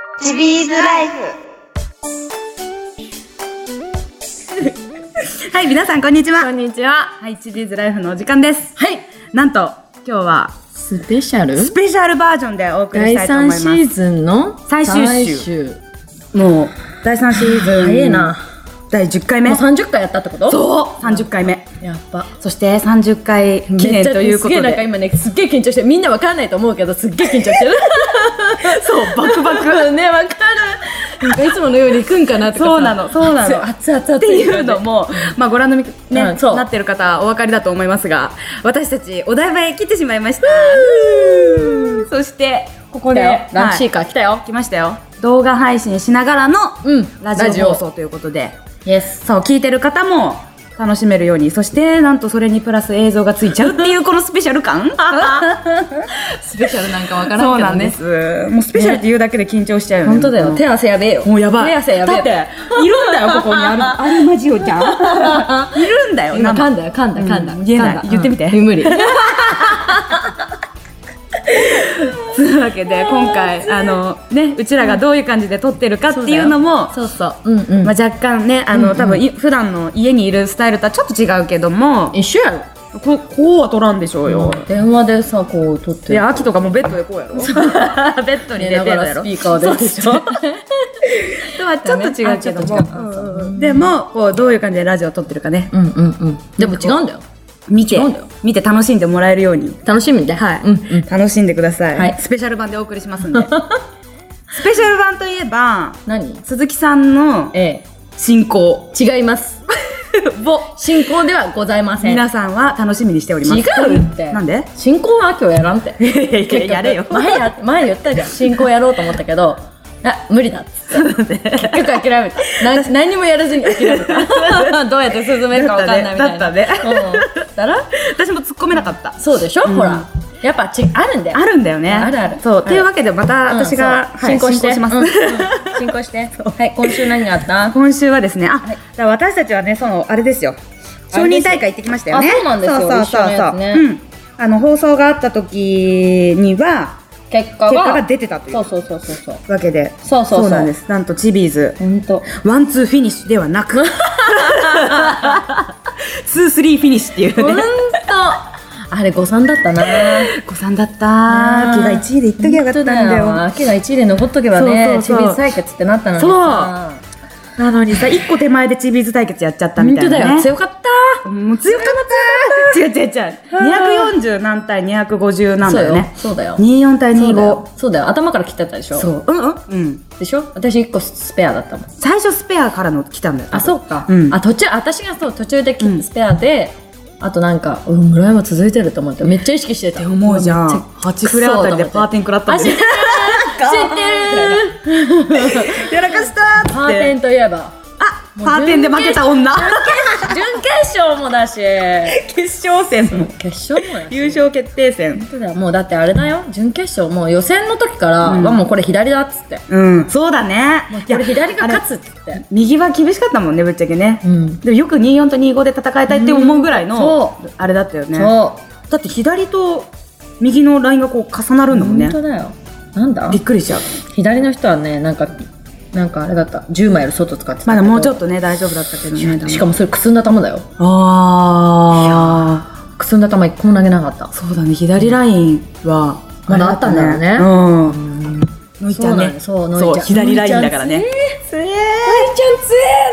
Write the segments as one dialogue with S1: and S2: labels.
S1: ズライフ
S2: はい、皆さんこんにち
S3: こ
S2: は。
S3: んにちは。
S2: はい、チディーズライフのお時間です。
S3: はい。
S2: なんと、今日は
S3: スペシャル
S2: スペシャルバージョンでお送りし
S3: 第
S2: たいと思い
S3: 3
S2: ます。
S3: シーズンの
S2: 最終週もう、第3シーズン。
S3: 早いな。
S2: 第10回
S3: も
S2: 目
S3: う。30回やったってこと
S2: そう !30 回目。
S3: やっぱ。
S2: そして30回記念ということ
S3: めっちゃすげえなんか
S2: で。
S3: 今ね、すっげえ緊張してる。みんなわかんないと思うけど、すっげえ緊張 してる。
S2: そう、バクバク。
S3: うん ね、わかる。なんかいつものように行くんかなとかさ
S2: そうなのそうなの
S3: 熱い熱い熱い
S2: っていうのも、まあ、ご覧のみ、ね
S3: うんそう
S2: なってる方お分かりだと思いますが私たちお台場へ来てしまいましたそしてここ
S3: 来
S2: で、
S3: たよ。ラン
S2: はい
S3: シーカー来たよ。
S2: 来ましたよ動画配信しながらの
S3: うん
S2: ラ
S3: ラ
S2: ジ
S3: ジ
S2: オ
S3: オ
S2: 放送ということで、
S3: イエス。
S2: そう聞いてる方も楽しめるようにそしてなんとそれにプラス映像がついちゃうっていうこのスペシャル 感
S3: スペシャルなんかわか
S2: そうな
S3: らん
S2: ん
S3: けど
S2: で
S3: ね。
S2: すもうスペシャルって言うだけで緊張しちゃうよね
S3: 本当だよ。
S2: も
S3: 手汗やべえよ。
S2: うもうやばい
S3: 手汗やべえ。
S2: だっているんだよここにある アルマジオちゃんいるんだよ
S3: 今
S2: 生
S3: 噛んだよ、噛んだ、噛んだ。
S2: うん言えない
S3: 噛んだ
S2: 言ってみて
S3: うん無理。
S2: というわけで今回あのねうちらがどういう感じで撮ってるかっていうのも
S3: そうそう。うんうん
S2: まあ、。若干ねあの、多分い普段の家にいるスタイルとはちょっと違うけども
S3: 一緒やろ。
S2: ここうは撮らんでしょうよ、
S3: 電話でさこう撮って
S2: いや秋とかもうベッドでこうやろ ベッドに
S3: 寝
S2: 寝
S3: な
S2: て
S3: が
S2: るや
S3: ら
S2: ろ
S3: スピーカーででしょ
S2: とはちょっと違うけども、
S3: あちょっと違う
S2: うんうんうんでもこうどういう感じでラジオを撮ってるかね
S3: うんうんうんでも違うんだよ
S2: 見て
S3: 違うんだよ
S2: 見て楽しんでもらえるように
S3: 楽しみでは
S2: はい、
S3: うんうん
S2: 楽しんでください、
S3: はい
S2: スペシャル版でお送りしますんで スペシャル版といえば
S3: 何
S2: 鈴木さんの
S3: え
S2: 進 行
S3: え違いますぼ進行ではございません違
S2: 皆さんは楽しみにしております
S3: うって
S2: なんで
S3: 進行は今日やらんって
S2: いやいやいややれよ
S3: 結局前や前言ったじゃん進行やろうと思ったけどあ無理だっつって結局諦めたなん何にもやらずに諦め たどうやって進めるかわかんないみたいな
S2: だったねだった
S3: うんだから
S2: 私も突っ込めなかった
S3: そうでしょ、ほらやっぱちあるんだよ
S2: あるんだよね
S3: あるある
S2: そう、
S3: はい
S2: というわけでまた
S3: うん
S2: 私が、
S3: そう
S2: はい、
S3: 進行して
S2: します、
S3: うんうん 進行して はい今週何があった
S2: 今週はですねあ、
S3: はい
S2: だから私たちはねそのあれですよ
S3: あ
S2: 承
S3: れで
S2: 認
S3: すよ
S2: 大会行ってきましたよね
S3: あそうなんですよ
S2: そうそうそう
S3: 一緒のや
S2: そう、
S3: つね
S2: うんあの放送があった時には
S3: 結果が
S2: 結果が出てたとい
S3: そう
S2: う
S3: そうそうそうそう
S2: わけで
S3: そうそうそう
S2: なんですなんとチビーズ
S3: 本当
S2: ワンツーフィニッシュではな くツースリーフィニッシュっていう
S3: 本
S2: ね
S3: 当あれ誤算だったな
S2: 誤算だった秋が1位で行っときゃよかったんだよ
S3: 秋が1位で残っとけばね
S2: そうそうそう
S3: 緻密採決ってなったのにさ
S2: なのにさ、一個手前でチビーズ対決やっちゃったみた
S3: 本当
S2: いな、ね。
S3: だよ強かった
S2: もう強かった。違う違う違う。240何対250なん
S3: そう
S2: だよね。
S3: そうだよ
S2: 24対
S3: そうだよ
S2: 25。
S3: そうだよ頭から切ってたでしょ
S2: そう。うんうん。うん。
S3: でしょ私1個スペアだったもん
S2: 最初スペアからの来たんだよ。
S3: あ、そうか。
S2: うん
S3: あ、途中、私がそう、途中でき
S2: うん
S3: スペアで、あとなんか、うん、村山続いてると思って、めっちゃ意識してた。
S2: って思うじゃん
S3: めっち
S2: 8フレあたりでパーテン食らった
S3: あ、
S2: もん
S3: 知ってる知ってる
S2: やらかしたっつって。
S3: パーテンといえば。
S2: あパーテンで負けた女。
S3: 準決勝もだし、
S2: 決勝戦も。
S3: 決勝もやし。
S2: 優勝決定戦。
S3: そうだよもうだってあれだよ準決勝もう予選の時から、
S2: うん
S3: わもうこれ左だっつって
S2: うん。そうだね。
S3: これ左
S2: つ。
S3: が勝つっつって
S2: 右は厳しかったもんね、ぶっちゃけね。
S3: うん
S2: でもよく24と25で戦いたいって思うぐらいの、
S3: う
S2: あれだったよね。
S3: そ
S2: だって左と右のラインがこう重なる
S3: うん
S2: だもんね
S3: 本当だよなんだ
S2: びっくりしちゃう
S3: 左の人はねなんかなんかあれだった10枚より外使ってたけど
S2: まだもうちょっとね大丈夫だったけどね
S3: しかもそれくすんだ球だよ
S2: あ
S3: くすんだ球一個も投げなかった
S2: あそうだね左ラインは
S3: まだあったんだよね
S2: うんのいちゃん
S3: そうなん
S2: ね
S3: だそうのいちゃん
S2: そう左ラインだからね
S3: つえーいちゃんつえ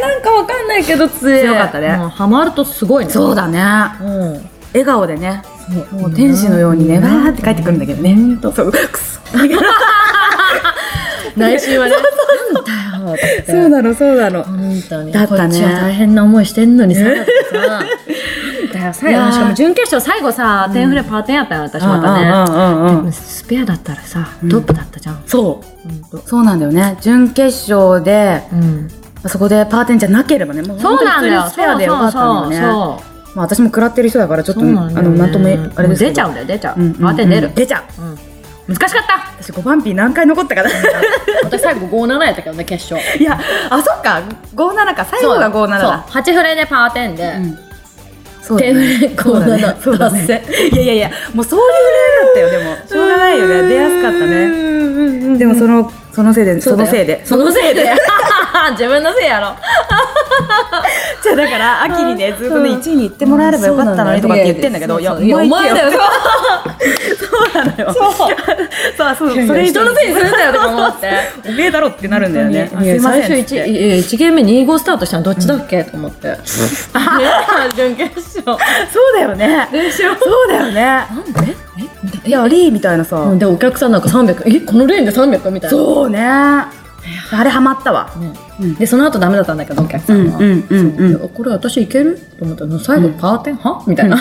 S3: ーなんかわかんないけどつえー
S2: 強かったね
S3: もうハマるとすごいね
S2: そうだね
S3: うん
S2: 笑顔でね
S3: そう
S2: もう天使のようにねわ
S3: ん
S2: ーって帰ってくるんだけどねそうくそ
S3: 内心はねなんだよって
S2: そうなのそうなの
S3: 本当に
S2: だったね
S3: こっちは大変な思いしてんのにさだって さだよ最
S2: いやー
S3: 後しかも準決勝最後さ点フレパーテンやったよ私またね
S2: うんうんうんうん
S3: スペアだったらさ
S2: うん
S3: トップだったじゃん
S2: そう
S3: ほんと
S2: そうなんだよね準決勝で
S3: うん
S2: そこでパーテンじゃなければね、もう
S3: そ
S2: 本
S3: う
S2: 当に普通
S3: なんだよ
S2: にスペアでよかったんだよね。
S3: そうそうそう
S2: まあ私も食らってる人だからちょっと、
S3: そう
S2: あ
S3: なんだよ
S2: の、
S3: ね
S2: なんとも言えあれですけど
S3: 出ちゃうんだよ出ちゃう、
S2: うんうんうん
S3: 慌て出る、
S2: 出ちゃう。
S3: うん難しかった
S2: 私5番ピー何回残ったかな。
S3: 私最後57やったけどね決勝
S2: いや、あ、そっか、57か、最後が57だ。
S3: そう8フレでパーテンで、
S2: うんそうだ
S3: 天
S2: ね
S3: 然コーナ
S2: そう
S3: ー
S2: だ
S3: の
S2: ね
S3: 達成、
S2: いやいやいやもうそういうぐらいだったよでもしょうがないよね出やすかったね
S3: ね
S2: でもそのそのせいでそ
S3: そうだ
S2: の
S3: よ
S2: せいで
S3: そのせいで 自分のせいやろ
S2: じゃあだから秋にねずっとね
S3: うん
S2: 1位に行ってもらえればよかったのにとかって言ってんだけど
S3: そうなんだ
S2: いや
S3: よいやお前だよ
S2: そうなのよ
S3: そう
S2: さあそう
S3: いやいや
S2: それ
S3: 人のせいにするんだよとか思って
S2: おめえだろってなるんだよねあ
S3: い
S2: す
S3: や
S2: いません
S3: 最初一いや一ゲーム目25スタートしたのどっちだっけ、と思ってね準決勝
S2: そうだよねそうだよね
S3: なんで
S2: いやリーみたいなさ
S3: でお客さんなんか300えこのレーンで300みたいな
S2: そうねあれハマったわ
S3: ね
S2: うん
S3: でその後ダメだったんだけどお客さんは、
S2: うんうんうんうん
S3: そうでこれ私いけると思ったら最後パーテン、はみたいな、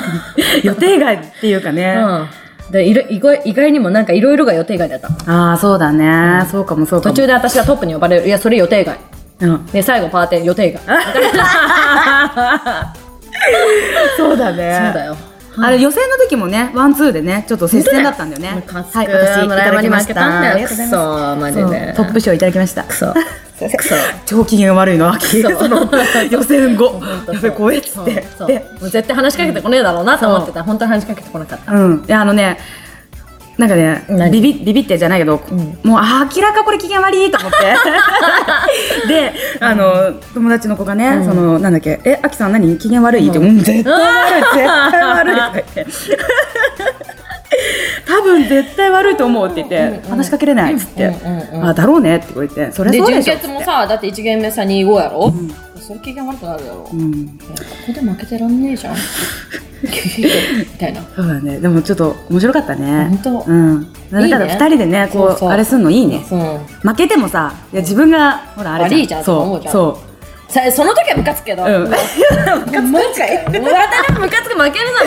S2: 予定外っていうかね
S3: うん、でいろ意外意外にもなんかいろいろが予定外だった
S2: ああそうだねそうかもそうか
S3: 途
S2: も
S3: 中で私がトップに呼ばれるいやそれ予定外
S2: うん
S3: で最後パーテン予定外そう
S2: そうだね
S3: だよ
S2: あれ予選の時もねワンツーでねちょっと接戦だったんだよね
S3: も
S2: は
S3: う
S2: い
S3: カス
S2: 私いただきましたありがとうございます
S3: マジ
S2: そう
S3: で
S2: トップ賞いただきました
S3: クソクソ
S2: 超機嫌悪いの秋 そ
S3: そう
S2: の予選後
S3: そう
S2: やべ怖えっつって
S3: そう
S2: で
S3: そうもう絶対話しかけてこねえだろうなと思ってた本当に話しかけてこなかった
S2: うん、いやあのねなんかね
S3: 何
S2: ビビビビってじゃないけど、
S3: ん
S2: もうあー明らかこれ機嫌悪いと思って であの、友達の子がね、
S3: ん
S2: そのなんだっけ「えあきさん何機嫌悪い?」って「うん絶対悪い絶対悪い」とか 言って「多分絶対悪いと思う」って言って、話しかけれない」っつって「
S3: うんうんうん
S2: あだろうね」って言って「それ
S3: で
S2: そうで
S3: 準
S2: しょ」っ
S3: 決
S2: つ
S3: も
S2: って。
S3: さだって1ゲーム目さ2-5やろ、それ経験悪くなるやろ、
S2: う
S3: いや
S2: ん、
S3: ここで負けてらんね えじゃんみたいな
S2: そうだねでもちょっと面白かったね
S3: 本当
S2: うん、だから2人でねこう
S3: そうそう
S2: あれすんのいいね
S3: うん
S2: 負けてもさいや自分がほらあれ
S3: 悪いじゃんと思うじゃん
S2: そう
S3: さその時はムカつくけど、
S2: そううん
S3: ムカつくよ私ムカつく負けるのはム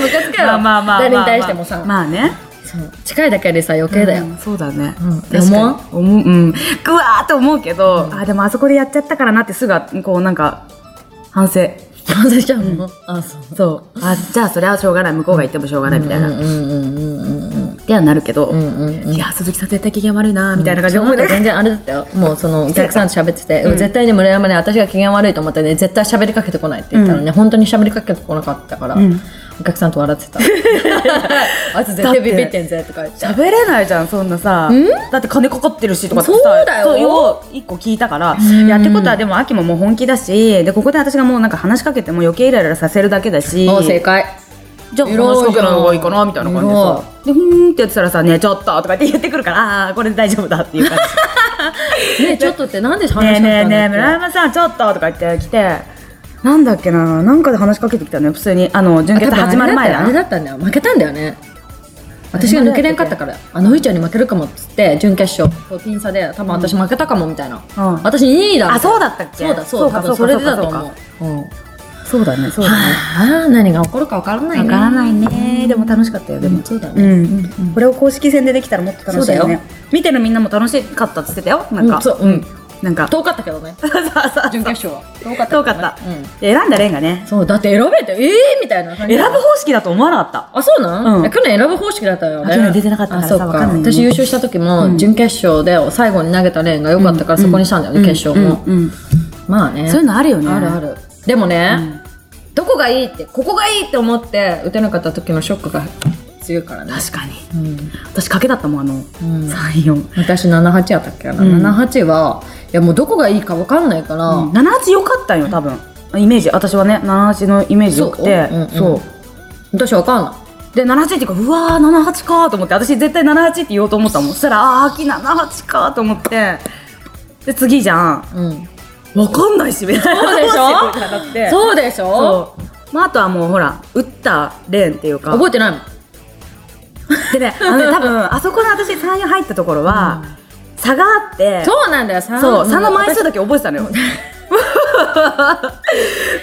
S3: カつくよ
S2: まあまあまあ
S3: 誰に対してもさ、
S2: まあね
S3: そう近いだけでさ余計だよ、
S2: うんそうだね
S3: うん
S2: 確かに
S3: 思
S2: 思ううんぐわーっと思うけどあでもあそこでやっちゃったからなってすぐこうなんか反 省
S3: 反省しちゃうの、あそう
S2: そうあじゃあそれはしょうがない向こうが言ってもしょうがないみたいなっ
S3: うんうんうんうん
S2: てはなるけど
S3: うんうんうん
S2: いや鈴木さん絶対機嫌悪いなみたいな感じで思
S3: そうの後
S2: ね
S3: 全然あれだったよもうそのお客さんと喋ってて、絶対に村山ね私が機嫌悪いと思ってね絶対喋りかけてこないって言ったのね、本当に喋りかけてこなかったから、お客さんと 笑ってたあいつ絶対ビビってんぜとか言って
S2: 喋れないじゃんそんなさだって金かかってるしとかってさ
S3: そうだよ
S2: そうよ一個聞いたからいやってことはでも秋ももう本気だしでここで私がもうなんか話しかけても余計イライラさせるだけだし
S3: もう正解
S2: じゃあ
S3: いろいろ
S2: 話しかけない方がいいかなみたいな感じでさでふーんってやってたらさ「ねえちょっと」とかって言ってくるから「ああーこれで大丈夫だ」っていう感じ
S3: ねえちょっとって なんで話しか
S2: ね
S3: け
S2: え
S3: たんだ
S2: ね
S3: っ
S2: え
S3: け
S2: ねえ村山さんちょっと」とか言ってきてなんだっけななんかで話しかけてきたのよ普通にあの準決始まる前だ
S3: あれだったんだよ負けたんだよね私が抜けれんかったからあのういちゃんに負けるかもっつって準決勝そう僅差で多分私負けたかもみたいな、
S2: うん
S3: 私2位だ
S2: あそうだったっけ
S3: そうだそうだ多分それでだと思ううん
S2: そうだねそうだね
S3: はあ何が起こるかわからないね
S2: わからないねでも楽しかったよでも
S3: うんそうだね
S2: うんこれを公式戦でできたらもっと楽しいよ
S3: そうだ
S2: ね
S3: よ
S2: 見てるみんなも楽しかったって言ってたよなん
S3: う
S2: か
S3: んそううん
S2: なんか
S3: 遠かったけどね準決勝は遠かったけどね
S2: 遠かった
S3: うん
S2: 選んだレンがね
S3: そうだって選べてええみたいな感じ
S2: 選ぶ方式だと思わなかった
S3: あそうなん、
S2: うん
S3: いや去年選ぶ方式だったよね
S2: あ去年出てなかったからさ
S3: あそう
S2: わかんないね
S3: 私優勝した時も準決勝で最後に投げたレーンが良かったからそこにしたんだよね、決勝も、
S2: うんうん
S3: まあね
S2: そういうのあるよね
S3: あるあるでもね、どこがいいってここがいいって思って打てなかった時のショックが強いからね、
S2: 確かに
S3: うん
S2: 私賭けだったもんあの
S3: うん
S2: 34
S3: 私78やったっけな、
S2: うん
S3: 78はいやもうどこがいいか分かんないから、
S2: 78良かったんよ多分イメージ私はね78のイメージ良くて
S3: そううんうん
S2: そう
S3: 私分かんな
S2: で78っていうかうわー78かと思って私絶対78って言おうと思ったもんそしたらあー秋78かと思ってで次じゃん
S3: い、うん、
S2: わかんないしみたいな
S3: そうでしょ
S2: どうようってなってそう
S3: そうでしょ
S2: まあ、あとはもうほら打ったレーンっていうか
S3: 覚えてないもん
S2: でねあのね多分あそこの私3人入ったところは、差があって
S3: そうなんだよ3
S2: そう差の枚数だけ覚えてたのよ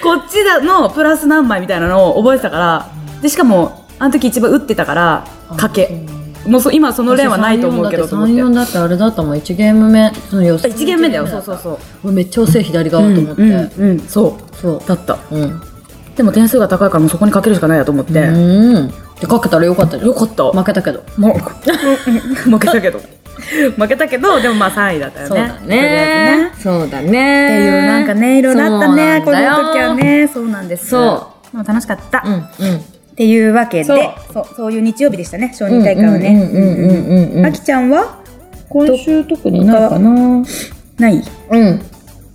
S2: こっちだのプラス何枚みたいなのを覚えてたからでしかもあの時一番打ってたから賭けもうそ今その例はないと思うけどと思って
S3: 34だってあれだったもん1ゲーム目その予選
S2: 1ゲーム目だよそうそうそう
S3: うめっちゃ遅い左側と思って、
S2: うんうんうんそう
S3: そう
S2: だった
S3: うん
S2: でも点数が高いからもうそこにかけるしかないやと思って、
S3: うんでかけたらよかったじゃん
S2: よかった
S3: 負けたけど
S2: もう 負けたけど負けたけどでもまあ3位だったよねとりあえずね
S3: そうだね。
S2: っ
S3: って
S2: ていうなんかねいろいろあったね
S3: こ
S2: こ
S3: の
S2: の
S3: 時
S2: 時
S3: は
S2: は
S3: ね。
S2: ねそうなんです
S3: そう。
S2: でも楽しかった。
S3: うんう
S2: っ
S3: ん
S2: ていうわけで、
S3: そう
S2: そうそういう日曜日でしたね、小児大会はね。
S3: うんうんうんうんうんうんうん
S2: あきちゃんは
S3: 今週特にないかなうん
S2: ない
S3: 今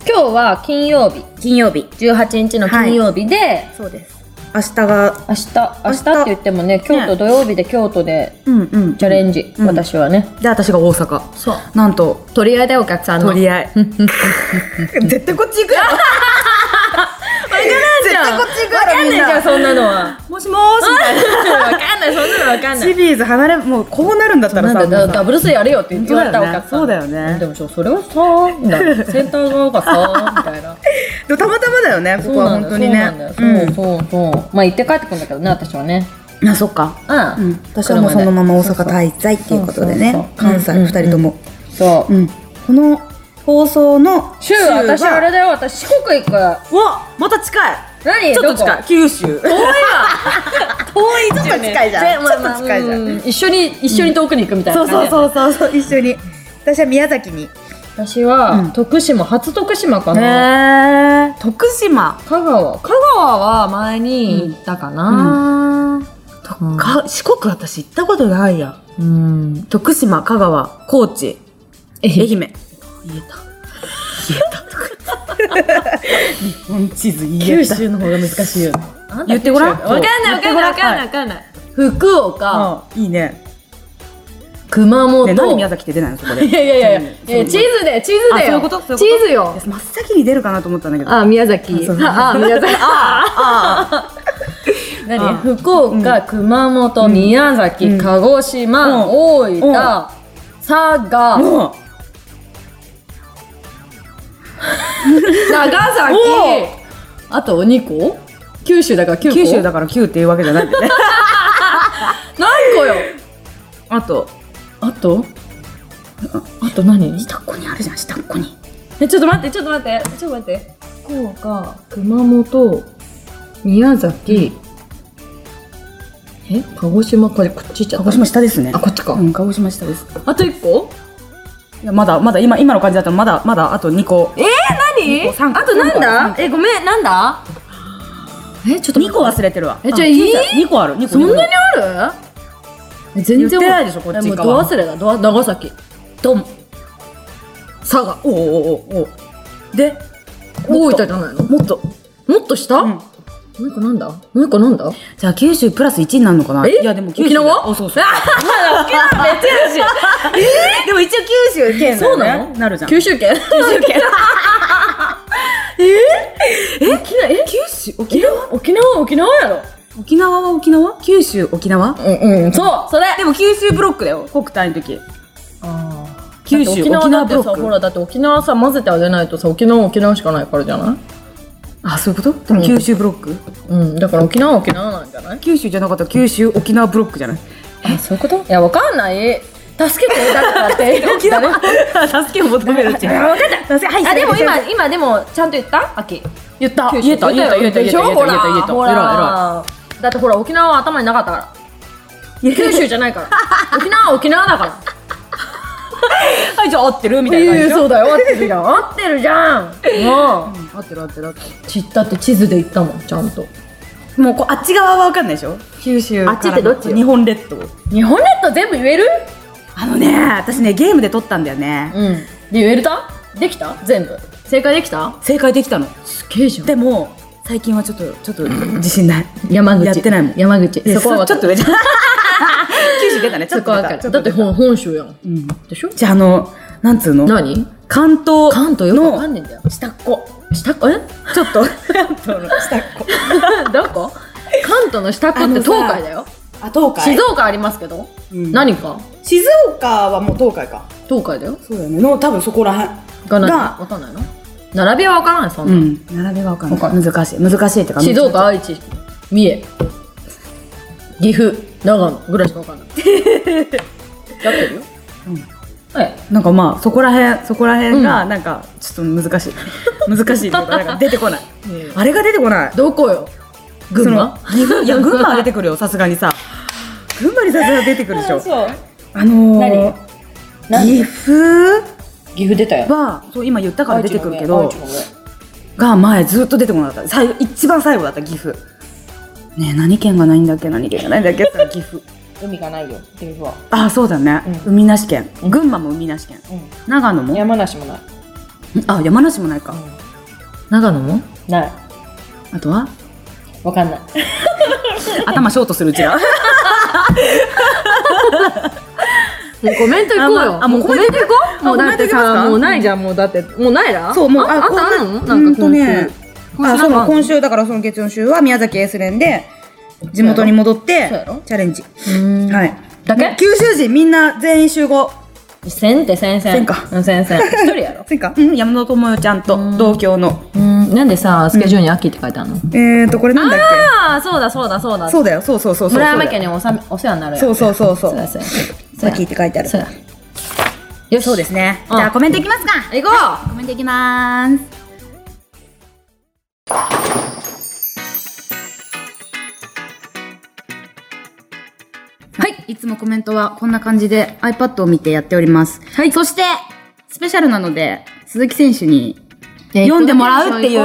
S3: 日は金曜日
S2: 金曜日。
S3: 18日の金曜日で、
S2: そうです。明日が、
S3: 明日明日って言ってもね京都土曜日で京都で
S2: うんうん。
S3: チャレンジ、
S2: うん
S3: 私はね
S2: で、私が大阪。
S3: そう
S2: なんと、
S3: 取り合いだよお客さんの
S2: 取り 合い。絶対こっち行くやろ。わからんじゃん。絶対こっち行くやろ。
S3: わかんないじゃん
S2: み
S3: そんなのは
S2: なもしもーしみたいな。
S3: わかんないそんなのわかんない
S2: シビーズ離れ、もうこうなるんだったら
S3: なん
S2: さ、
S3: だ
S2: も
S3: だ
S2: う
S3: ダ
S2: さ
S3: ブルスやれよって言われたお客さん
S2: そうだよね
S3: でもちょそれはさみた いなセンター側がさみたいな
S2: でもたまたまだよね、こ
S3: そう
S2: こは
S3: なん
S2: 本
S3: だ
S2: 当
S3: よ
S2: に
S3: そうなんだ
S2: ね
S3: よ。そうそうそうまあ行って帰ってくるんだけどね私はね
S2: うんあ、そっか。
S3: あ
S2: うん、私はもうそのまま大阪滞在っていうことでね
S3: そうそうそう
S2: 関西
S3: うんうんうん
S2: 2人とも、
S3: そう
S2: うんこの放送の
S3: 週
S2: は
S3: 私あれだよ私四国行
S2: う
S3: く
S2: わまた近い
S3: 何
S2: ちょっと
S3: どこ
S2: 近い九州遠いわ遠いちょっと近いじゃんちょっと近いじゃん、
S3: ん一緒に一緒に遠くに行くみたい
S2: そ
S3: な
S2: うそうそうそうそう一緒に私は宮崎にへ
S3: 私
S2: うん
S3: は徳島初徳島かな
S2: え徳島
S3: 香川香川は前に行ったかなうん
S2: か四国私行ったことないや
S3: うん
S2: 徳島香川高知
S3: え
S2: 愛媛
S3: 言えた
S2: 日本地図
S3: 九州の方が難しいよね
S2: 言ってごらん
S3: わかんないわかんないわかんないわかんない福岡
S2: いいね
S3: 熊
S2: ね
S3: 本
S2: なんで宮崎って出ないのそこで
S3: いやいやいやいやいや地図だよ地図
S2: あ
S3: だ
S2: そういう
S3: よ
S2: ことそういうこと
S3: 地図よ
S2: 真っ先に出るかなと思ったんだけど
S3: あ宮崎
S2: あそうそう
S3: ああ 宮崎
S2: あ
S3: 何
S2: あ
S3: 福岡、熊本、
S2: うん
S3: 宮崎、
S2: うん
S3: 鹿児島、
S2: ん
S3: 大 分、佐賀、
S2: あもう
S3: 長崎
S2: おう
S3: あと2個九州だから9個
S2: 九州だから9っていうわけじゃないんだよね
S3: 何個よ
S2: あと
S3: あとああと何
S2: 下っこにあるじゃん下っこに
S3: えちょっと待ってちょっと待ってちょっと待って福岡熊本宮崎、え鹿児島これこっち行っちゃ
S2: 鹿
S3: っ
S2: 児
S3: た
S2: 島下ですね
S3: あこっちか、
S2: うん鹿児島下です
S3: あと1個
S2: いやまだまだ今今の感じだったらまだまだあと2個
S3: えー、何
S2: 個三個
S3: あとなん
S2: 三
S3: だえ、ごめん、なんだえ、ちょっと
S2: 2個忘れてるわ
S3: えじゃあ
S2: うん
S3: いい
S2: 2個ある2個
S3: そんなにある全
S2: 言ってないでしょこっち
S3: もう
S2: 側
S3: ど忘れだ、ど長崎。ドン。佐賀。
S2: おうおうおうおうで
S3: 大分じゃないの
S2: もっと
S3: もっと下、
S2: うん
S3: もう一個なんだもう一個なんだ
S2: じゃあ九州プラス1になるのかない
S3: え
S2: やでも九州
S3: 沖縄
S2: あ そうそう
S3: 沖縄めっちゃやるし。
S2: でも一応九州県だ
S3: そ
S2: よ
S3: う
S2: ね
S3: なの
S2: なるじゃん
S3: 九州圏
S2: 州県
S3: え沖縄、え
S2: 九州沖縄
S3: 沖縄、沖縄やろ。
S2: 沖縄は沖縄九州沖縄
S3: うんうん、そう、それ
S2: でも九州ブロックだよ国体の時九州
S3: 九州
S2: 沖
S3: 沖
S2: 縄
S3: 縄だっ
S2: ブ
S3: て
S2: ロッ
S3: さ
S2: ク
S3: ほらだって沖縄さ混ぜてあげないとさ沖縄沖縄しかないからじゃない
S2: あそういうことでも九州ブロック、
S3: うんだから沖縄沖縄なんじゃない
S2: 九州じゃなかったら九州沖縄ブロックじゃない
S3: えそういうこといやわかんない助けてだからって
S2: 沖縄 助けを求めるって いう
S3: 分かった
S2: 助けはい
S3: あでも
S2: それ
S3: 今今でもちゃんと言った秋
S2: 言った
S3: 九州
S2: 言えた言えた言えた言
S3: で
S2: え
S3: したょ
S2: 言え
S3: ほ
S2: た
S3: ら
S2: 言えた
S3: ほ
S2: 言えた
S3: らだってほら沖縄は頭になかったから
S2: 偉い偉い
S3: 九州じゃないから沖縄は沖縄だ から
S2: はいじゃあ合ってるみたいな感じ
S3: え
S2: でし
S3: えそ
S2: ょ
S3: う だよ合ってるじゃん合ってるじゃんもう
S2: 合ってる合ってる合って
S3: ちったって地図で行ったもんちゃんと
S2: るもうこうあっち側は分かんないでしょ九州から
S3: あっちってどっちよ
S2: 日本列島
S3: 日本列島全部言える
S2: あのね私ねゲームで撮ったんだよね、
S3: うん。で、言えるたできた全部。正解できた
S2: 正解できたの
S3: すげえじゃ
S2: でも最近はちょっとちょっと自信ない
S3: 山口。
S2: やってないもん
S3: 山口。
S2: で
S3: そこは分
S2: ち
S3: か
S2: ょっ
S3: る
S2: と上じゃ ん九州出たねちょっ
S3: そことは
S2: 出
S3: 分か
S2: た
S3: る。だって
S2: ほ
S3: 本本州やん。
S2: うん
S3: でしょ
S2: じゃああのなんつうの
S3: 何
S2: 関東
S3: 関東よくわか
S2: の
S3: んねえんだよ。
S2: 下っこ
S3: 下っこ、え
S2: ちょっと 関東の下っこ
S3: どこ関東の下っこって東海だよ。
S2: あ東
S3: 静岡ありますけど。
S2: うん
S3: 何か
S2: 静岡はもう東海か
S3: 東海だよ。
S2: そうだよねの多分そこらへん
S3: が何
S2: が
S3: わかんないの並びはわからない、そん
S2: う
S3: な。
S2: ん並べがわかんない
S3: わかん
S2: 難しい難しいってか
S3: 静岡、愛知、三重、岐阜、長野ぐらいしかわ かんない。やってるよ。うん。ええ。
S2: なんかまあそこらへんそこらへんが
S3: う
S2: なんかちょっと難しい 難しいっていうかなんか出てこないあれが出てこない
S3: どこよ群馬
S2: その岐阜いや群馬は出てくるよさすがにさ群馬にさすがに出てくるでし ょ
S3: そう
S2: あのー、
S3: 何
S2: 岐阜
S3: 岐阜出たよ
S2: はそう今言ったから出てくるけど
S3: 愛知も上愛知も
S2: が前ずっと出てこなかった最後一番最後だった岐阜
S3: 上
S2: ねえ何県がないんだっけ何県がないんだっけって言ったら岐阜
S3: 海がないよっていうは、
S2: ああそうだね、
S3: う
S2: 海なし県群馬も海なし県
S3: う
S2: 長野
S3: ん、
S2: も
S3: 山梨もない、
S2: あ山梨もないか、長野も
S3: ない
S2: あとは
S3: わかんない
S2: 頭ショートするうちら
S3: コメント行こうよ
S2: あまああもうコメント
S3: 行こうもうだ
S2: あコメン
S3: って
S2: ト行きます
S3: さ
S2: か
S3: もうないじゃんもうだってもうないら
S2: そうもう
S3: ああんたあんの
S2: こん
S3: な
S2: うんと
S3: んか今週
S2: ね
S3: 今
S2: あ
S3: 週な
S2: そ
S3: んか
S2: う今週だからその月曜の週は宮崎エース連で地元に戻って
S3: そうやろ
S2: チャレンジ
S3: うん
S2: はい
S3: だけ
S2: 九州人みんな全員集合
S3: 千って千千
S2: 千か
S3: うん千千一人やろ
S2: ついかうん山田智代ちゃんと同郷の
S3: うんなんでさスケジュールに秋って書いてあるの
S2: えーとこれなんだっ
S3: ああそうだそうだそうだ
S2: けそうだよそうそうそうそう
S3: 村山家におさめお世話になるやん
S2: そうそうそうそう
S3: そうやそうやそうや
S2: 秋って書いてある
S3: そうやよし
S2: そうですね
S3: うん
S2: じゃあコメントいきますか
S3: 行こう
S2: コメントいきますはい、いつもコメントはこんな感じで iPad を見てやっております。はい、そしてスペシャルなので鈴木選手に読んでもらうってい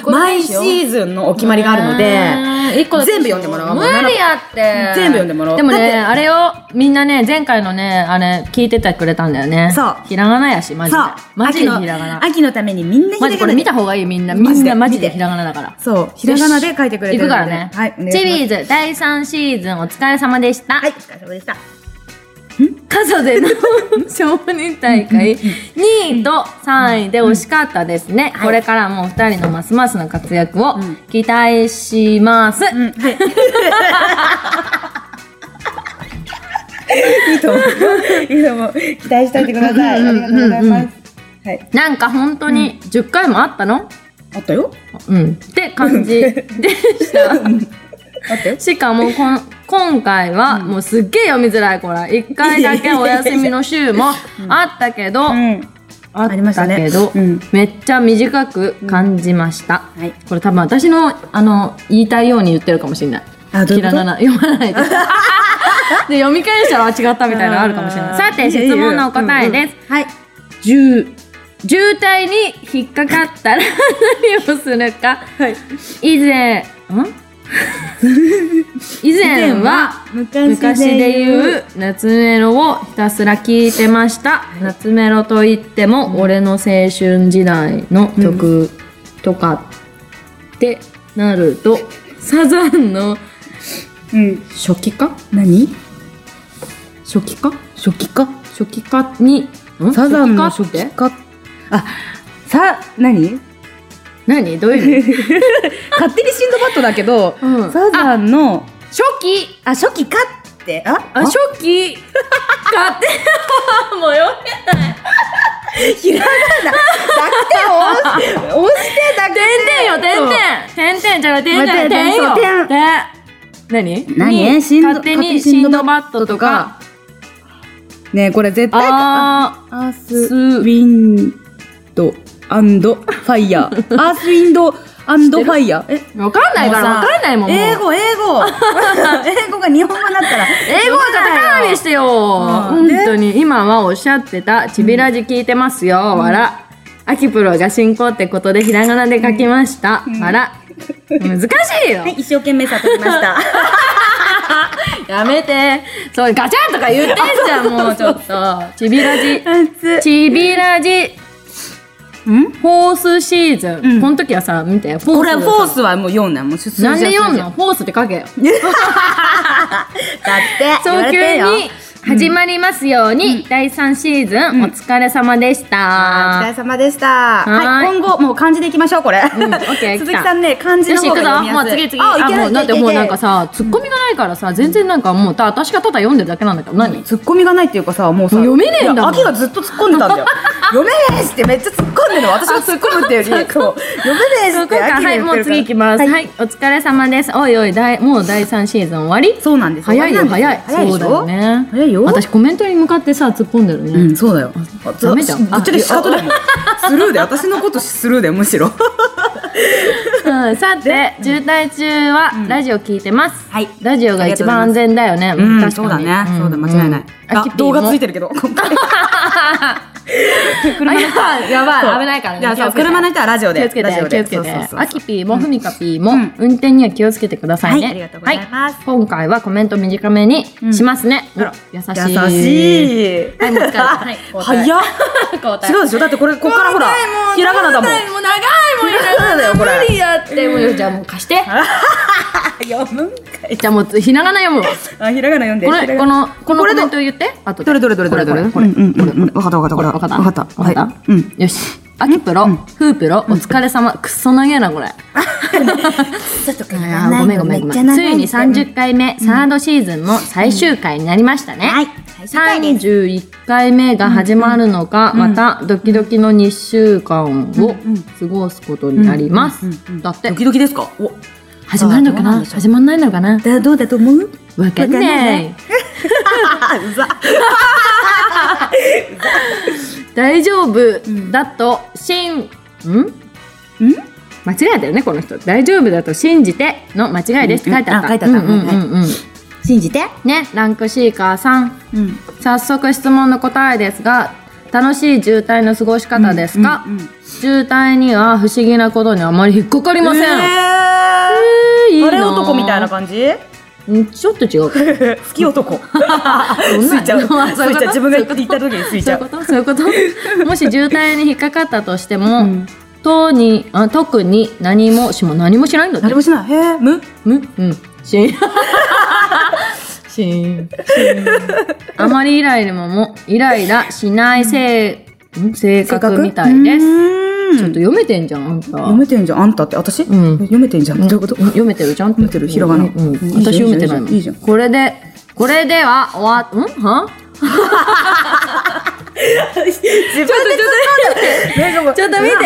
S2: う毎シーズンのお決まりがあるので、
S3: 一個だけ
S2: 全部読んでもらおう
S3: 無理やって
S2: 全部読んでもらおう
S3: でも
S2: だっ
S3: ね
S2: て
S3: あれをみんなね前回のねあれ聞いててくれたんだよね
S2: そう
S3: ひらがなやしマジで
S2: さあ、
S3: マジ
S2: 秋
S3: で
S2: の
S3: ひらがな
S2: 秋のためにみんなひ
S3: マ
S2: ら
S3: ジこ
S2: が
S3: れ
S2: な
S3: 見
S2: で
S3: た方がいいみんなみ
S2: マジで
S3: んなマジ
S2: 見
S3: で
S2: て
S3: ひらがなだから
S2: そう、ひらがなで書いてくれて
S3: 行
S2: る
S3: く
S2: ので
S3: からね
S2: はい、お願いします
S3: チェビーズ第3シーズンお疲れ様でした
S2: はい、お疲れ様でした。
S3: カソでの少年大 会2位と3位で惜しかったですね、
S2: はい
S3: これからもお二人のますますの活躍を
S2: うん
S3: 期待します、
S2: うん、はい。 いいと思う。いいと思う。期待しておいてください。ありがとうございます。はい。
S3: なんか本当に10回もあったの
S2: あったよ。
S3: うん、って 感じでした
S2: あったよ。
S3: しかもこん今回はもうすっげえ読みづらいこれ1回だけお休みの週もあったけど、
S2: うん。
S3: あ
S2: ありま
S3: っ
S2: した
S3: た
S2: ね
S3: けど、
S2: うん
S3: めっちゃ短く感じました、
S2: うんはい
S3: これ多分私のあの言いたいように言ってるかもしれない
S2: あどういうこと
S3: ひらがな読ま ないでで読み返したらあ違ったみたいなのあるかもしれないさて質問のお答えです、
S2: す。はい。
S3: 重渋滞に引っかかったら何をするか、
S2: はい
S3: 以前ん 以前は昔で言う夏メロをひたすら聴いてました、夏メロといっても俺の青春時代の曲とかってなると、サザンの
S2: うん。
S3: 初期化
S2: 何？
S3: 初期化
S2: 初期か。
S3: 初期化にん
S2: サザンの
S3: 初
S2: 初
S3: 期化
S2: 期
S3: って
S2: か。あ、さ、何？
S3: 何どういう意 味、
S2: 勝手にシンドバッドだけど、
S3: うん
S2: サザンの
S3: 初期
S2: あ初期かってあ
S3: あ、初期勝手 もうよ
S2: ひらがな。濁点押し押して濁点。
S3: 点々よ、点々点々じゃない、点々
S2: まあ点
S3: 点よ
S2: 点
S3: 点何
S2: 何
S3: に
S2: シンド
S3: 勝手
S2: 勝手
S3: に
S2: に
S3: シ
S2: シ
S3: ン
S2: ン
S3: ド
S2: ド
S3: バッドとか、
S2: ねえこれ絶対
S3: あ
S2: アース、
S3: ス
S2: ウィンド、アンド、ファイヤ ー。アース、ウィンド、アンド、ファイヤー。え
S3: ー、わかんないから
S2: もう
S3: わ
S2: さ
S3: かんないもん。もう
S2: 英語、英 語。英語が日本語になったら。
S3: 英語はカタカナにしてよ。本
S2: ん
S3: 当に、今はおっしゃってた、ちびラジ聞いてますよ、わら。アキプロが進行ってことで、ひらがなで書きました、わら。難しいよ
S2: は。い、一生懸命さとりました。
S3: やめて。そう、ガチャンとか言ってんじゃん、もうちょっと。ちびラジ。
S2: 熱
S3: ちびラジ
S2: ん
S3: フォースシーズン、
S2: うん
S3: この時はさ見てフォ
S2: これ、フォー
S3: ス
S2: スはもう4なん。もう数字
S3: なんで読ん
S2: だ
S3: のフォースって書けよ
S2: って、言わ
S3: 早
S2: れ
S3: 急
S2: てよ。
S3: に始まりますように、第3シーズン、お疲れ様でした、
S2: お疲れ様でした。はい、
S3: はーい
S2: 今後、もう漢字でいきましょう、これ。
S3: オッケー
S2: 鈴木さんね、漢字
S3: よ
S2: の
S3: し
S2: 方が
S3: 行く
S2: 読
S3: ぞ
S2: みや
S3: もう
S2: すい。
S3: 次次
S2: あ、いける
S3: もうだって
S2: いける
S3: もう
S2: いける
S3: なんかさツッコミがないからさ全然なんかもうた私がただ読んでるだけなんだけど何
S2: ツッコミがないっていうかさもうさ
S3: もう読めねえんだもん
S2: いや秋がずっと突っ込んでたんだよ読めねえしってめっちゃ突っ込んでるの私が突っ込むっていうよりそう読めねえし
S3: 今
S2: って
S3: 回
S2: 秋が
S3: はい
S2: 言
S3: も
S2: ってるから
S3: う次行きますはい、お疲れ様ですおいおいだいもう第3シーズン終わり
S2: そうなんです
S3: 早いよ
S2: 終わり
S3: 早
S2: なん
S3: い
S2: です早いで
S3: そう
S2: し
S3: だ
S2: ょ
S3: よね
S2: 早いよ
S3: 私コメントに向かってさ突っ込んでるね、
S2: うんそうだよあ
S3: ダメじゃん
S2: ぶっちゃけ仕方だもんスルーで私のことスルーでむしろ
S3: うんさて、渋滞中はラジオ聞いてます。
S2: はい
S3: ラジオが一番安全だよね。
S2: うん
S3: 確かに
S2: そうだねそうだ間違いない
S3: うん
S2: あ
S3: あきっぴーも
S2: 動画ついてるけど今回車の人は
S3: や ばい
S2: そう
S3: 危ないからね
S2: じゃあそう
S3: 気をつけて
S2: 車の人はラジオで
S3: 気をつけて
S2: ラジオ
S3: 気
S2: で
S3: をつけ
S2: そうそう
S3: て
S2: そう
S3: あきぴーもふみかぴーも
S2: うん
S3: 運転には気をつけてくださいね
S2: はいありがとうございます
S3: はい今回はコメント短めにしますね
S2: うんあら
S3: 優しい
S2: 優しい
S3: はいもう疲れたはい交代
S2: 早っ
S3: 交代
S2: 違うでしょだってこれこっからほらひらがなだもん
S3: もう長いもん
S2: ひらがなだよこれ
S3: 無理やってもうじゃあもう貸して
S2: 読むんかい
S3: じゃあもうひながな読むわ
S2: あひらがな読んで
S3: これ
S2: ひらが
S3: こ
S2: な
S3: のこ
S2: こ
S3: のコ
S2: れだ
S3: メント言ってあと
S2: どれどれどれどれどれ
S3: これ
S2: うんうんうんうんわかったわかったこれ
S3: わかった
S2: わかった
S3: わかった、
S2: はいうん
S3: よしアキプロ、フープロ、お疲れ様、くっそ長えな、これ。あーごめんごめんごめん。ついに30回目、サードシーズンも最終回になりましたね。
S2: はい
S3: 31回目が始まるのか、またドキドキの2週間を過ごすことになります。だって
S2: ド、キドキですかお
S3: 始まるのか
S2: どうな
S3: なん
S2: でしょう
S3: 始まんないのかな
S2: だどうだと思う
S3: わ
S2: わか
S3: かん
S2: んな
S3: ないい。大丈夫だとしん、ん間違えたよねこの人大丈夫だと信じての間違いですって書いてあった、
S2: うんあ書いてあった
S3: うんうんうんうん
S2: 信じて
S3: ねランクシーカーさん
S2: うん
S3: 早速質問の答えですが楽しい渋滞の過ごし方ですか、
S2: うんうんうん
S3: 渋滞には不思議なことにあまり引っかかりません、
S2: え
S3: え
S2: ー
S3: ーいいな
S2: あれ男みたいな感じ
S3: うんちょっと違うか
S2: 好き 男
S3: な
S2: スイちゃうスイち
S3: あ そういうこと
S2: ゃう自分が言った時にスイち
S3: そうい
S2: ゃ
S3: うこ
S2: う
S3: とそういうこと もし渋滞に引っかかったとしても、とにあ特に何もしも何もしないんだって
S2: 何もしないへえむ
S3: むうん しんしんあまりイライラももイライラしない性ん性格みたいです
S2: す
S3: ちょっと読めてんじゃんあんた
S2: 読めてんじゃんあんたって私、
S3: ん
S2: 読めてんじゃんどういうこと
S3: うん読めてるじゃん
S2: 読めてるひらがな
S3: うんう
S2: い
S3: ん
S2: いじゃん
S3: 私読めてないもん
S2: いいじゃんいいじゃん
S3: これでこれでは終わん は
S2: 自分でちょっと
S3: ちょっと見て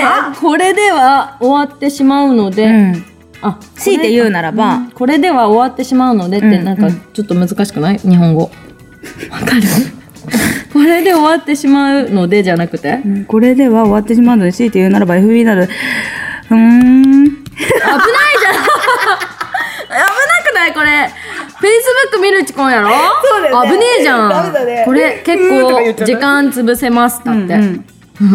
S3: これでは終わってしまうので、
S2: うん
S3: あ
S2: 強いて言うならば
S3: んこれでは終わってしまうのでって、
S2: うん
S3: なんかちょっと難しくない日本語わかるこれで終わってしまうのでじゃなくて
S2: うんこれでは終わってしまうので強いて言うならば FB なるうーん
S3: 危なくないこれ Facebook 見るちこんやろ
S2: そうだよね
S3: 危ねえじゃん
S2: ダメだね
S3: これ結
S2: うーとか言っ
S3: 構
S2: ちゃう
S3: 時間潰せますだって、
S2: うんう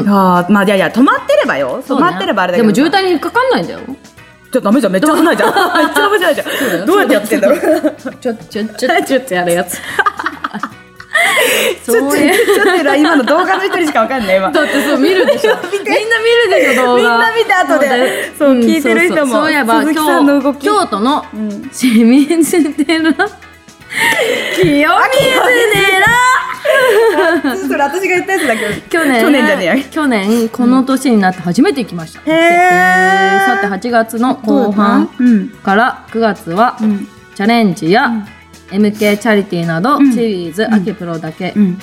S2: んあーまあいやいや止まってればよ止
S3: そうね
S2: まってればあれだけ
S3: で
S2: ど
S3: も渋滞に引っかかんないんだよ
S2: ちょっとダメじゃんめっちゃ危ない じゃんめっちゃ危ないじゃんどうやってやってんだろう
S3: ちょちょちょちょっとやるや つ
S2: ちょっとちょっと今の動画の一人しかわかんない 今
S3: だってそう見るで しょみんな見るでしょ動画
S2: みんな見た後でそう
S3: うん
S2: 聞いてる人も
S3: そうそうそういえば
S2: 鈴木さんの動き
S3: 京都の
S2: ん
S3: 清水寺清水寺
S2: それ私が言ったやつだけど
S3: 去年
S2: 去年じゃねえや
S3: 去年この年になって初めて来ました、
S2: へー
S3: さて8月の後半
S2: うん
S3: から9月は、
S2: ん
S3: チャレンジや、MK チャリティーなど、シリーズ、秋プロだけ、
S2: うん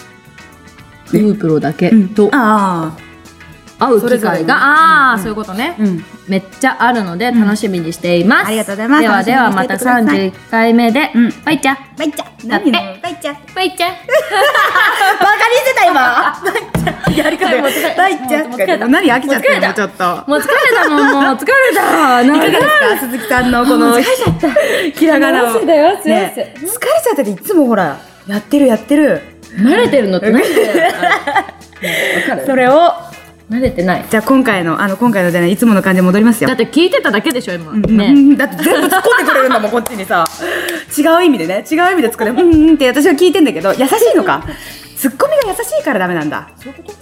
S3: フープロだけ、と
S2: とああ
S3: 会う
S2: それ
S3: 機
S2: ぞれ
S3: 会
S2: ね
S3: が、ああ、そういうことね、
S2: うん
S3: めっちゃあるので楽しみにしています、
S2: うんありがとうございます
S3: ではではまた
S2: 楽しみにしてい
S3: 31回目で、
S2: うん
S3: バイチャ
S2: バイちゃん
S3: だって
S2: バイちゃん
S3: バイチャ
S2: バカにしてた今バイちゃんやり方
S3: もう疲れた
S2: バイちゃん
S3: もう疲れた
S2: 何飽きちゃって
S3: もう疲れ
S2: るの
S3: た
S2: ちょっと
S3: もう疲れたもんもう 疲れたなん
S2: いかがですか鈴木さんのこの疲れちゃ ったひらがなを
S3: 汗だよ汗
S2: ね
S3: 汗
S2: 疲れちゃってていつもほらやってるやってる
S3: 慣れてるのって何だよわか
S2: そ
S3: る
S2: れを
S3: 慣れてない
S2: じゃあ今回のあの今回のじゃないいつもの感じに戻りますよ
S3: だって聞いてただけでしょ今、
S2: うんう
S3: ね
S2: んだ って全部突っ込んでくれるんだもんこっちにさ違う意味でね違う意味で作れうんうんって私は聞いてんだけど優しいのかツッコミが優しいからダメなんだ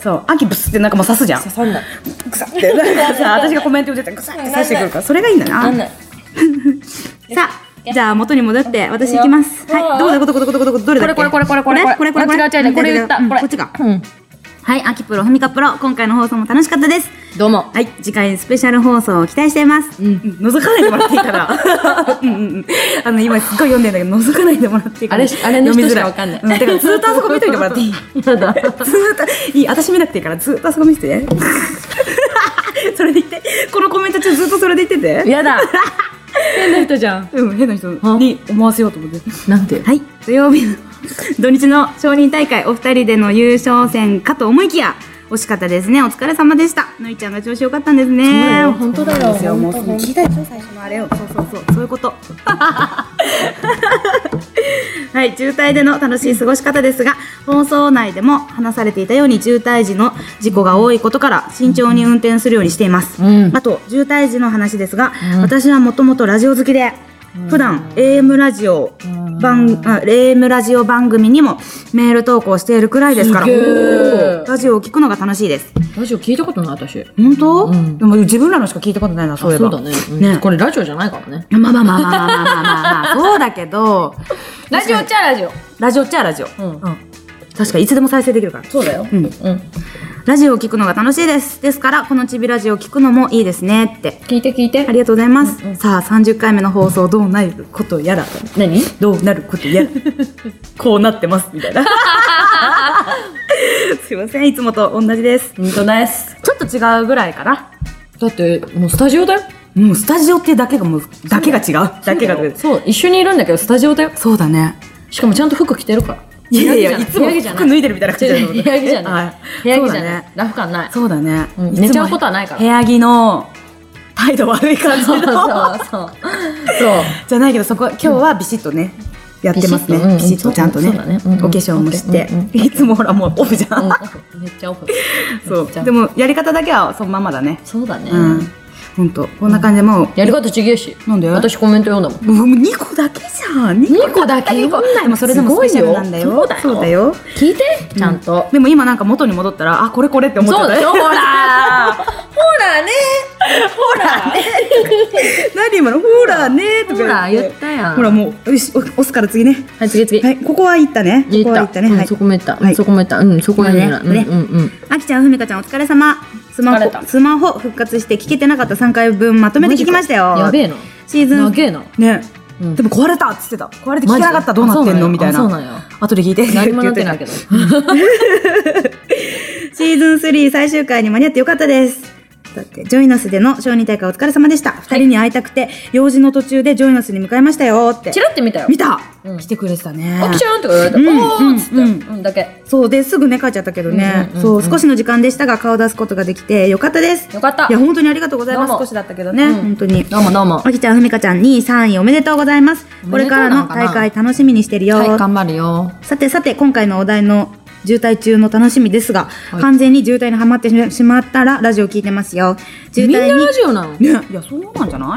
S2: そう秋ブスってなんかもう刺すじゃん
S3: 刺さんない
S2: グサってなんかさ私がコメント言ってたらグサって刺してくるからそれがいいんだな
S3: なんない
S2: さあじゃあ元に戻って私行きますはいどこだどこだどこだどこだどれだ
S3: こ
S2: っけ
S3: れこれこれこれこれ
S2: これこれこれ
S3: 違う違う違うこれ言った
S2: うん
S3: これ
S2: こっちか
S3: うん
S2: はい秋プロふみかプロ今回の放送も楽しかったです
S3: どうも
S2: はい次回スペシャル放送を期待しています、うん、覗かないでもらっていいから うんうんうんあの今すっごい読んでんだけど覗かないでもらっていいから
S3: あれあれの人しかわかんない
S2: 読みづらうだからずーっとあそこ見といてもらっていいず
S3: やだ
S2: ーっといい私見なくていいからずーっとあそこ見せて それでいってこのコメント中ずっとそれで言ってて
S3: やだ変な人じゃん
S2: うん変な人に思わせようと思って
S3: なんて
S2: はい、土曜日の 土日の承認大会お二人での優勝戦かと思いきや惜しかったですねお疲れ様でしたのいちゃんが調子良かったんですね
S3: そうよ本当だよ
S2: そうなんですよもう
S3: 本当
S2: 聞いたでしょ最初のあれをそうそうそうそういうこと はい、渋滞での楽しい過ごし方ですが、放送内でも話されていたように渋滞時の事故が多いことから慎重に運転するようにしています。
S3: うん
S2: あと、渋滞時の話ですが、私はもともとラジオ好きで、普段 AM ラジオ番、あ AM ラジオ番組にもメール投稿しているくらいですから、
S3: すげー
S2: おーラジオを聞くのが楽しいです。
S3: ラジオ聞いたことない私
S2: 本当、
S3: ん
S2: でも自分らのしか聞いたことないな、そういえば。
S3: だね,、うん
S2: ね
S3: これラジオじゃないからね
S2: まあまあまあまあまあまあまあまあ、そうだけど、
S3: ラジオっちゃラジオ
S2: ラジオっちゃラジオ。
S3: ん
S2: うん確かにいつでも再生できるから。
S3: そうだよ
S2: うん
S3: うん
S2: ラジオを聞くのが楽しいです。ですから、このちびラジオを聞くのもいいですねって。
S3: 聞いて聞いて
S2: ありがとうございます。さあ、30回目の放送、どうなることやら。
S3: 何
S2: どうなることやら。こうなってます、みたいな。すいません、いつもと同じです。
S3: 本当です
S2: ちょっと違うぐらいかな。
S3: だってもうスタジオだよ
S2: もうスタジオってだけがもう、だけが違う。だけが違う。
S3: そう一緒にいるんだけどスタジオだよ
S2: そうだね。
S3: しかもちゃんと服着てるから
S2: いやいや、いつ
S3: 部
S2: も
S3: 屋着じゃな
S2: 服
S3: い
S2: 脱いでるみたいな感じだと思
S3: 部
S2: う
S3: 屋着じゃない部屋着じゃない部屋着
S2: そ
S3: じゃ
S2: うだ
S3: ない
S2: ね
S3: ラフ感ない
S2: そうだね、
S3: うん
S2: いつも
S3: 寝ちゃうことはないから
S2: 部屋着の態度悪い感じ
S3: そう
S2: の
S3: そうそうそう
S2: じゃないけどそこは今日はビシッとね、やってますね
S3: ビシッとうん
S2: ビシッとちゃんとね,、
S3: そうだねうんうん
S2: お化粧もして、
S3: うんうん
S2: いつもほらもうオフじゃん、
S3: うんめっちゃオフ
S2: そう
S3: めっちゃ
S2: でもやり方だけはそのままだね
S3: そうだね、
S2: うん本当こんな感じでもう、
S3: やり方ちげえし
S2: なんで
S3: 私コメント読んだもん
S2: もう2個だけじゃん2
S3: 2個だけ読んだよ
S2: でもそれでもスペシャルなんだよ
S3: そうだよ
S2: そうだよ
S3: 聞いてちゃんと、
S2: でも今なんか元に戻ったらあこれこれって思っちゃ
S3: そ
S2: っ
S3: う
S2: た
S3: だよほら ほら
S2: ほ
S3: ね
S2: らね 何今のほらねとか
S3: ほら
S2: 言って
S3: 言ったやん
S2: ほらもうよしお押すから次ね
S3: はい次次
S2: はいここは行ったねここは行ったね、
S3: うん
S2: はい
S3: そこも行った、
S2: はい
S3: そこも行ったうんそこも行った
S2: これね
S3: うんうんうん
S2: あきちゃん、ふみかちゃん、お疲れ様。スマ
S3: 疲れた
S2: ホ、スマホ復活して聞けてなかった3回分まとめて聞きましたよ。
S3: やべえな
S2: シーズン。
S3: 長えな
S2: ね、
S3: うん
S2: でも壊れたっつってた。壊れて聞けなかったらどうなってんのみたいな。
S3: そうなんや
S2: 後で聞いて。
S3: 何もなって ないけど
S2: シーズン3最終回に間に合ってよかったです。だって、ジョイナスでの小児大会お疲れ様でした。二人に会いたくて、用事の途中でジョイナスに向かいましたよって
S3: チ。ラって見たよ
S2: 見た、
S3: うん
S2: 来てくれてたね。
S3: あきちゃんとか言われた、
S2: うん
S3: おーっつって、
S2: う
S3: うんん
S2: うん
S3: だけ
S2: そうですぐね帰っちゃったけどね、
S3: うんうんうんうん
S2: そう少しの時間でしたが顔出すことができてよかったです
S3: よかった
S2: いや本当にありがとうございます
S3: どうも
S2: 少しだったけどね、
S3: うん
S2: 本当に
S3: どうもどうも
S2: あきちゃんふみかちゃん2位3位おめでとうございます
S3: お
S2: こ
S3: め
S2: れ
S3: でとう
S2: から
S3: な
S2: の
S3: のかな
S2: 大会楽しみにしてるよ、
S3: はい頑張るよ
S2: さてさて今回のお題の渋滞中の楽しみですが、
S3: い
S2: 完全に渋滞にはまってしまったらラジオ聞いてますよ渋
S3: みんな
S2: 滞に
S3: ラジオなの
S2: ねいやそうなんじゃな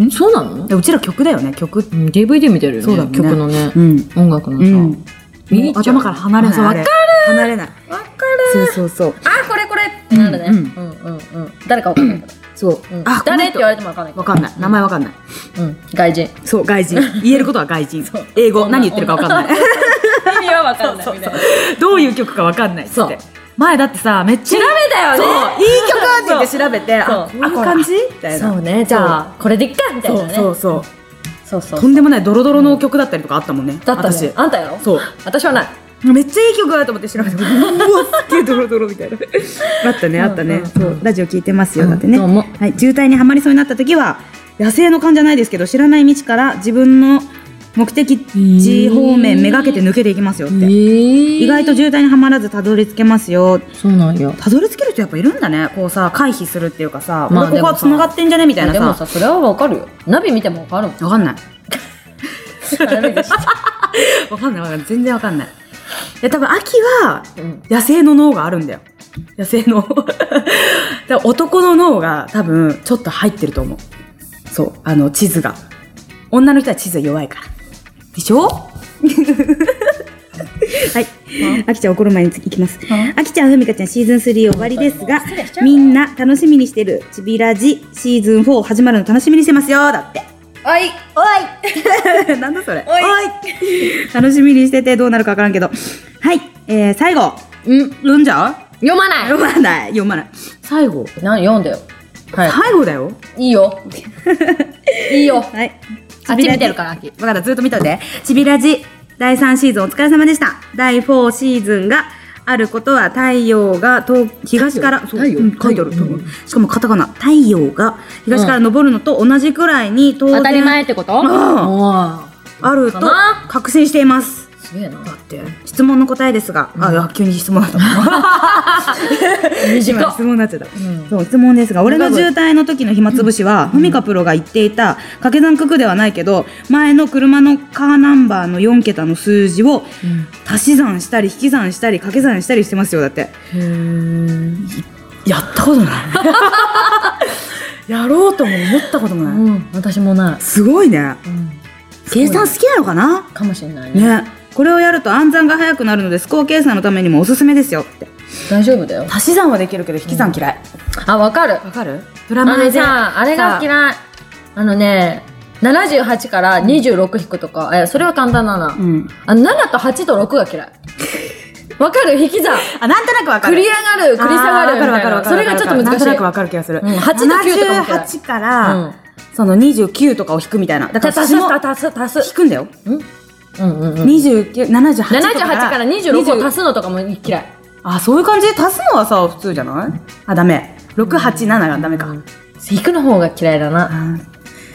S2: い
S3: そうなの
S2: でうちら曲だよね曲
S3: うん DVD 見てるよね
S2: そうだよね
S3: 曲のね、
S2: うん
S3: 音楽の
S2: う
S3: さ、
S2: ん
S3: 見入っちゃう
S2: 頭から離れない
S3: あそ
S2: あ
S3: うわか
S2: れ
S3: る
S2: 離れない
S3: わかる
S2: そうそうそう
S3: あこれこれってなるね、
S2: う
S3: うんん、うんうんうん誰かわかんないから、
S2: そう、
S3: うん
S2: あ
S3: 誰って言わ
S2: れ
S3: れてもわかんない
S2: わかんない名前わかんない、
S3: うん外人
S2: そう外人言えることは外人英語何言ってるか分かん ない
S3: 意味はわかんないみたいな
S2: どういう曲か分かんないっつ
S3: そ
S2: っ
S3: う
S2: て前だってさめっ ちゃ
S3: 調べたよね
S2: そういい曲って言って調べて
S3: そう
S2: あこういう感じみたいな
S3: そうねじゃあこれでいっかみたい
S2: そ
S3: な
S2: う
S3: ね
S2: そうそう
S3: そうそう
S2: とんでもないドロドロの曲だったりとかあったもんね
S3: だった
S2: 私
S3: ねあんたやろ
S2: そう
S3: 私はない
S2: めっちゃいい曲だと思って調べて うわすっげえドロドロみたいなあったねあったねそうラジオ聞いてますよだってね
S3: うんどうも
S2: はい渋滞にはまりそうになった時は野生の勘じゃないですけど知らない道から自分の目的地方面めがけて抜けていきますよって意
S3: 意
S2: 外と渋滞にはまらずたどり着けますよ
S3: そうなんよ
S2: たどり着ける人やっぱいるんだねこうさ回避するっていうかさ、
S3: まあ
S2: 俺ここは
S3: でもさ
S2: つながってんじゃねみたいな
S3: でも
S2: さ
S3: さそれはわかるよナビ見てもわかるもん
S2: わかんない
S3: ナビでした
S2: わかんないわかんない全然わかんないいや多分秋は
S3: うん
S2: 野生の脳があるんだよ野生の だから男の脳が多分ちょっと入ってると思うそうあの地図が女の人は地図が弱いからでしょはい。あきちゃん怒る前に行きます。
S3: ん
S2: あきちゃん、ふみかちゃん、シーズン3終わりですが
S3: 失礼しちゃう、から
S2: みんな楽しみにしてる、ちびラジシーズン4始まるの楽しみにしてますよだって。
S3: おいお い
S2: なんだそれ。
S3: おい
S2: 楽しみにしててどうなるかわからんけど。はい。えー、最後。ん読んじゃう
S3: 読まない
S2: 読まない。読まない。最後。
S3: なん読んだよは
S2: 最後だよ。
S3: いいいよ いいよ
S2: はい。
S3: あっち見てるから秋
S2: だからずっと見といて。ちびラジ第3シーズンお疲れ様でした。第4シーズンがあることは太陽が東東から
S3: 太陽
S2: そううん書いてある
S3: 太陽
S2: 多分しかもカタカナ太陽が東から昇るのと同じくらいに当
S3: 当たり
S2: 然
S3: 前ってこと
S2: ん
S3: おー
S2: あると
S3: かな
S2: 確信しています。
S3: すげえな。
S2: だって質問の答えですが、あいや急に質問だった今質問になっちゃった、そう質問ですが俺の渋滞の時の暇つぶしはふみかプロが言っていた掛け算九九ではないけど前の車のカーナンバーの4桁の数字を足し算したり引き算したり掛け算したりしてますよだって
S3: うん。
S2: やったことないやろうとも思ったこともない、
S3: うん。私もな
S2: すごいね
S3: い。うん。
S2: 計算好きなのかな
S3: かもしれないね。
S2: ねこれをやると暗算が早くなるのでスコア計算のためにもおすすめですよって
S3: 大丈夫だよ。
S2: 足し算はできるけど引き算嫌い
S3: あ、わかる。
S2: わかるプラ
S3: あ
S2: マ
S3: の
S2: イで
S3: さ、あれが
S2: い
S3: 嫌い。あのね、78から26引くとか、え、それは簡単だな。
S2: うん
S3: あの7と8と6が嫌い。 わかる引き算。
S2: あなんとなくわか
S3: 繰
S2: る
S3: り上がる、繰り下がる
S2: あー
S3: み
S2: わかるわ
S3: たい
S2: かるわ
S3: な。
S2: かる
S3: それがちょっと難しい。
S2: なんとなくわかる気がする、
S3: うん8と9とかも嫌い
S2: 78か
S3: う
S2: ら
S3: ん、
S2: その29とかを引くみたいなだから
S3: 足
S2: 私
S3: す、
S2: も
S3: 足す、足す
S2: 引。くんだよ
S3: うんうんうん。
S2: 29 78とか
S3: 78から26を足
S2: す
S3: すのとかも嫌い。
S2: あそういう感じで足すのはさ普通じゃないあダメ687がダメか、
S3: うん引くの方が嫌いだな。
S2: あー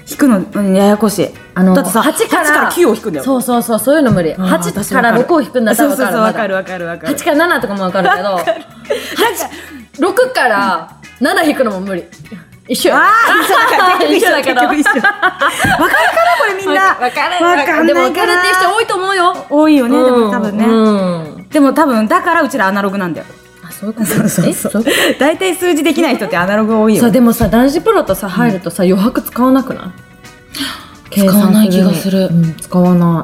S2: 引くのうんややこしい
S3: あの
S2: だってさ
S3: 8から
S2: 8から9を引くんだよ
S3: そうそうそう、そういうの無理。
S2: あー
S3: 8から6を引くんだったら
S2: そう
S3: わ
S2: そうそう
S3: かる。ま
S2: わ
S3: だ
S2: かるわかるわかる
S3: 8から7とかもわかるけど、6から7引くのも無理。一緒よ。
S2: あ あ一緒だ
S3: 一緒
S2: 結
S3: だ
S2: 局
S3: け
S2: 一緒だ結局一緒わかるかなこれみんな
S3: わかる。
S2: わかんない
S3: でも分かるっていう人
S2: 多い
S3: 多いと思うよ。
S2: 多いよねで
S3: う
S2: も
S3: ん
S2: 多分ね、
S3: うん。
S2: でも多分だからうちらアナログなんだよ
S3: あ、そういうことそうそうそう。
S2: 大体数字できない人ってアナログ多い
S3: さ
S2: よ
S3: でもさ男子プロとさ入るとさ余白使わなくない計算
S2: 使わない気がする
S3: うん使わな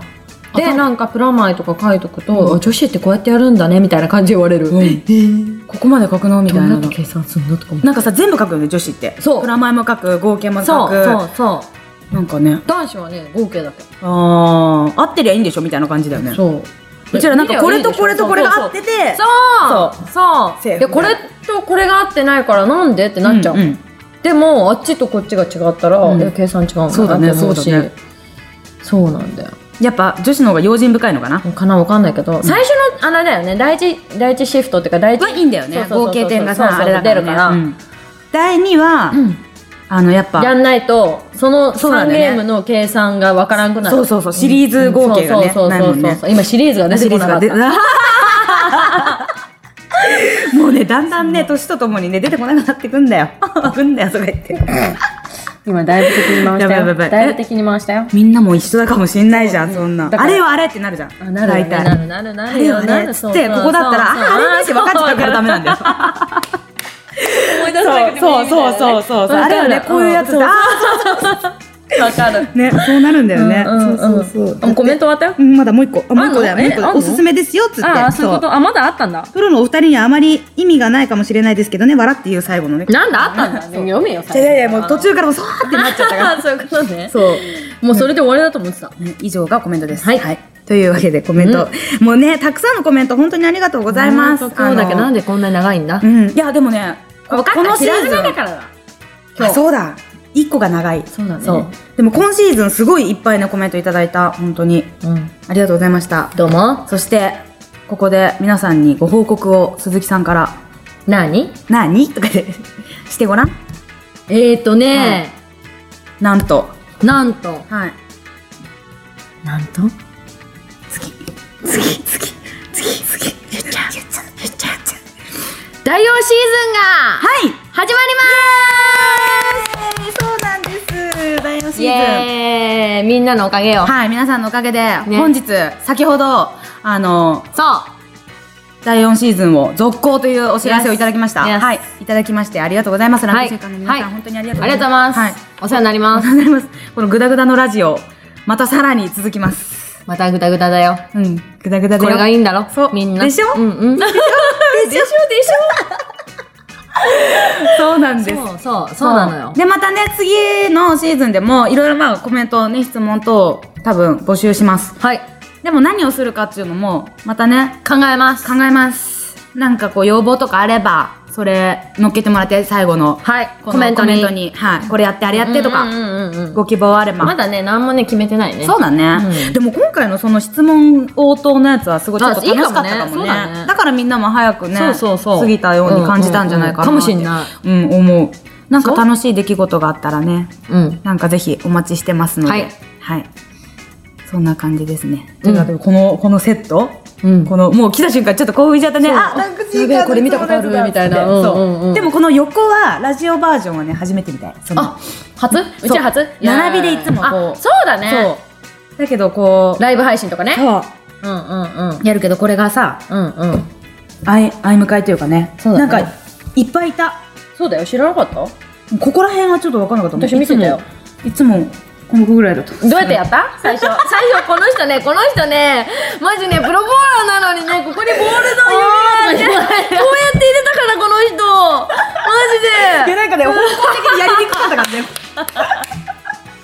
S3: いでなんかプラマイとか書いとくと、あ女子ってこうやってやるんだねみたいな感じで言われる、
S2: ここまで書くのみ
S3: ど
S2: たいうな
S3: やって
S2: の
S3: 計算するんだとか思う
S2: なんかさ全部書くよね女子って
S3: そう
S2: プラマイも書く合計も書
S3: そ
S2: く
S3: うそうそう
S2: なんかね
S3: 男子はね合計だか
S2: あー合ってりゃいいんでしょみたいな感じだよね
S3: らそう
S2: うちらなんかこれとこれとこれが合ってて
S3: そうそう
S2: セーフ
S3: でこれとこれが合ってないからなんでってなっちゃう、
S2: んん
S3: でもあっちとこっちが違ったら、
S2: うん
S3: いや計算違うんだなって
S2: そうだね
S3: 思う
S2: そう
S3: し
S2: だね
S3: そうなんだよ
S2: やっぱ女子の方が用心深いのかな
S3: かなわかんないけど、最初のあれだよね第一第一シフトっていうか第一
S2: はいいんだよ
S3: そう
S2: ね
S3: そうそうそう
S2: 合計点が
S3: そうそう
S2: さあれだからね
S3: 出るから
S2: うん第2は
S3: ん
S2: あのやっ
S3: や
S2: ぱ
S3: んないとその
S2: そうなん
S3: 三
S2: だよね
S3: ゲームの計算がわからんくなる
S2: そうそうそうシリーズ合計がね
S3: そうそう
S2: ない
S3: そ
S2: も
S3: うそ
S2: ん
S3: う
S2: ね
S3: そう今シリーズが出て
S2: シリー
S3: こ
S2: ズ
S3: なか
S2: が
S3: っ
S2: 出
S3: た
S2: もうねだんだんね年とともにね出てこなくなってくんだよ くんだよとか言って
S3: 今だいぶ的に回
S2: やば
S3: した
S2: いや
S3: よ
S2: ばいやばい
S3: だいぶ的に回したよ
S2: みんなも一緒だかもしんないじゃんそんな
S3: だから
S2: あれはあれってなるじゃ
S3: あ
S2: ん
S3: なる
S2: 大
S3: よねな
S2: 体
S3: るなるな
S2: あ
S3: る
S2: れ
S3: よ
S2: はあ
S3: な
S2: れっ
S3: る
S2: つってここだったらああれねって分かっちゃうからダメなんだよ
S3: 思い出さなくて
S2: そ
S3: もいういみたいな
S2: そうそ
S3: ね
S2: うそうそう
S3: わ
S2: あ
S3: か
S2: れ
S3: る
S2: はねこういうやつ
S3: ん
S2: だ
S3: わかる
S2: ねそうなるんだよね
S3: うんうんうん
S2: そうそうそ
S3: あ
S2: う
S3: コメント終わったよ
S2: うんまだもう一個あもう一
S3: あんの
S2: 個だよもう一
S3: えあん
S2: 個
S3: の
S2: おすすめですよっつって
S3: ああそういうことあまだあったんだ
S2: プロのお二人にはあまり意味がないかもしれないですけどね、笑っていう最後のね。
S3: なんだあったんだ読めよ
S2: いやい や、もう途中からもうそうってなっちゃったから。
S3: あそういうことね
S2: そう。
S3: もうそれで終わりだと思ってた
S2: 以上がコメントです。
S3: はい
S2: というわけでコメント、もうね、たくさんのコメント本当にありがとうございます。
S3: そうだ
S2: あ
S3: けど
S2: の
S3: なんでこんなに長いんだ
S2: うん。いや、でもね、
S3: わか
S2: こ
S3: んな
S2: の
S3: い
S2: シ
S3: 知ら
S2: ーズ
S3: ない
S2: ン、
S3: からだ今
S2: あ
S3: 日
S2: そうだ。一個が長い。
S3: そうだね
S2: そう。でも今シーズンすごいいっぱいね、コメントいただいた。本当に。
S3: うん
S2: ありがとうございました。
S3: どうも
S2: そして、ここで皆さんにご報告を鈴木さんから、
S3: なに
S2: なにとかでして ごらん。
S3: えーとね
S2: なんと。
S3: なんと
S2: はい。
S3: なんと
S2: 次次次次次ゆっちゃんゆっちゃんゆっちゃん
S3: 第4シーズンが
S2: はい
S3: 始ま
S2: えーそうなんです第4シーズ
S3: りますイ
S2: ン
S3: エーイみんなのおかげよ
S2: はい皆さんのおかげで、
S3: ね
S2: 本日先ほどあの
S3: そう
S2: 第4シーズンを続行というお知らせをいただきました、
S3: Yes. Yes.
S2: はいいただきましてありがとうございますラン
S3: はい
S2: ドセカンドの皆さん、
S3: はい
S2: 本当にありがとう
S3: あ
S2: ござ
S3: りがとうございます
S2: はい
S3: お世話になりま
S2: あ
S3: す
S2: りがとうございますこのグダグダのラジオまたさらに続きます
S3: またグダグダだよ
S2: うんグダグダで
S3: これ がいいんだろ
S2: そう
S3: みんな
S2: でしょ
S3: うんうんでしょでしょ
S2: そうなんです
S3: そうそうそうなのよ
S2: で、またね、次のシーズンでも、いろいろまあコメントね、質問等、多分募集します。
S3: はい
S2: でも何をするかっていうのも、またね、
S3: 考えます
S2: 考えます。なんかこう、要望とかあれば、それ、乗っけてもらって、最後の、
S3: はい
S2: この
S3: コメントに
S2: はい、これやって、あれやってと
S3: うん
S2: か、
S3: うんうんうん
S2: ご希望あれば。
S3: まだね何もね決めてないね
S2: そうだね、
S3: うん
S2: でも今回のその質問応答のやつはすごいちょっと楽しかったかもね
S3: あいいかもねそうだね
S2: からみんなも早くね
S3: そうそうそう
S2: 過ぎたように感じたんじゃないかなって、、
S3: うんうんうんかもしんない
S2: うん、思うなんか楽しい出来事があったらね
S3: うん
S2: なんかぜひお待ちしてますので、
S3: はい
S2: はい、そんな感じですね。というわけで、この、このセット、
S3: うん
S2: この、もう来た瞬間ちょっと興奮しちゃったね。
S3: そう
S2: あ、なんか
S3: やべえこれ見たことあるみたいな
S2: そう
S3: うんうん
S2: そうう。
S3: ん
S2: でもこの横は、ラジオバージョンはね、初めてみたい。その
S3: あ、初うち初
S2: 並びでいつもこう
S3: あそうだね。
S2: そう。だけど、こう、
S3: ライブ配信とかね。
S2: そう
S3: うんうんうん。
S2: やるけど、これがさ、
S3: うんうん。
S2: 相相向かいというかね。
S3: そうだね
S2: なんか、いっぱいいた。
S3: そうだよ、知らなかった
S2: ここら辺はちょっと分からなかった。
S3: 私見てたよ。
S2: いつも、いつもこの子ぐらいだと。
S3: どうやってやった最初。最初、この人ね、この人ね、マジね、プロボーラーなのにね、ここにボールの指があって、こうやって入れたから、この人。マジ
S2: いや
S3: で。
S2: なんかね、方向的にやりにくかった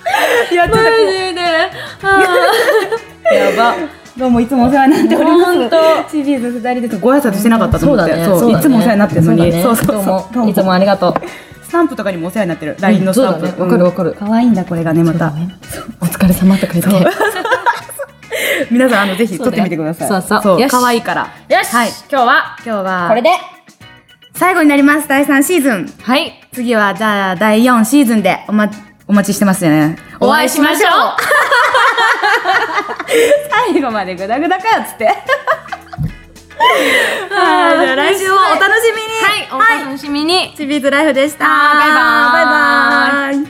S2: からね。 やってた
S3: マ
S2: こ
S3: ジで。あーやば。
S2: う。どうもいつもお世話になっております。
S3: ほんと
S2: シリーズ二人でご挨拶してなかったと
S3: そう
S2: 思っ
S3: だ
S2: て。
S3: ね。
S2: そういつもお世話になってるのに。
S3: そう
S2: そうそ
S3: だね
S2: う
S3: どうも
S2: そう。
S3: いつもありがとう。
S2: スタンプとかにもお世話になってる。LINE のスタンプ。
S3: そうだねわかるわかる
S2: 可愛いんだこれがね、また。
S3: お疲れ様って書いて。
S2: 皆さん、あの、ぜひ
S3: そ
S2: 撮
S3: う
S2: っ
S3: だ
S2: て
S3: よ
S2: みてください。
S3: そうそうよし
S2: 可愛いから。
S3: よし、
S2: はい
S3: 今日は、
S2: 今日は、
S3: これで。
S2: 最後になります。第3シーズン。
S3: はい。
S2: 次は、じゃあ、第4シーズンでおま、お待ちしてますよね。
S3: お会いしましょう。
S2: 最後までグダグダかよっつって。 はいじゃあ来週もお楽しみに。
S3: はい、お楽しみに。
S2: チビーズライフでした。
S3: あーバイバーイ
S2: バイバーイ。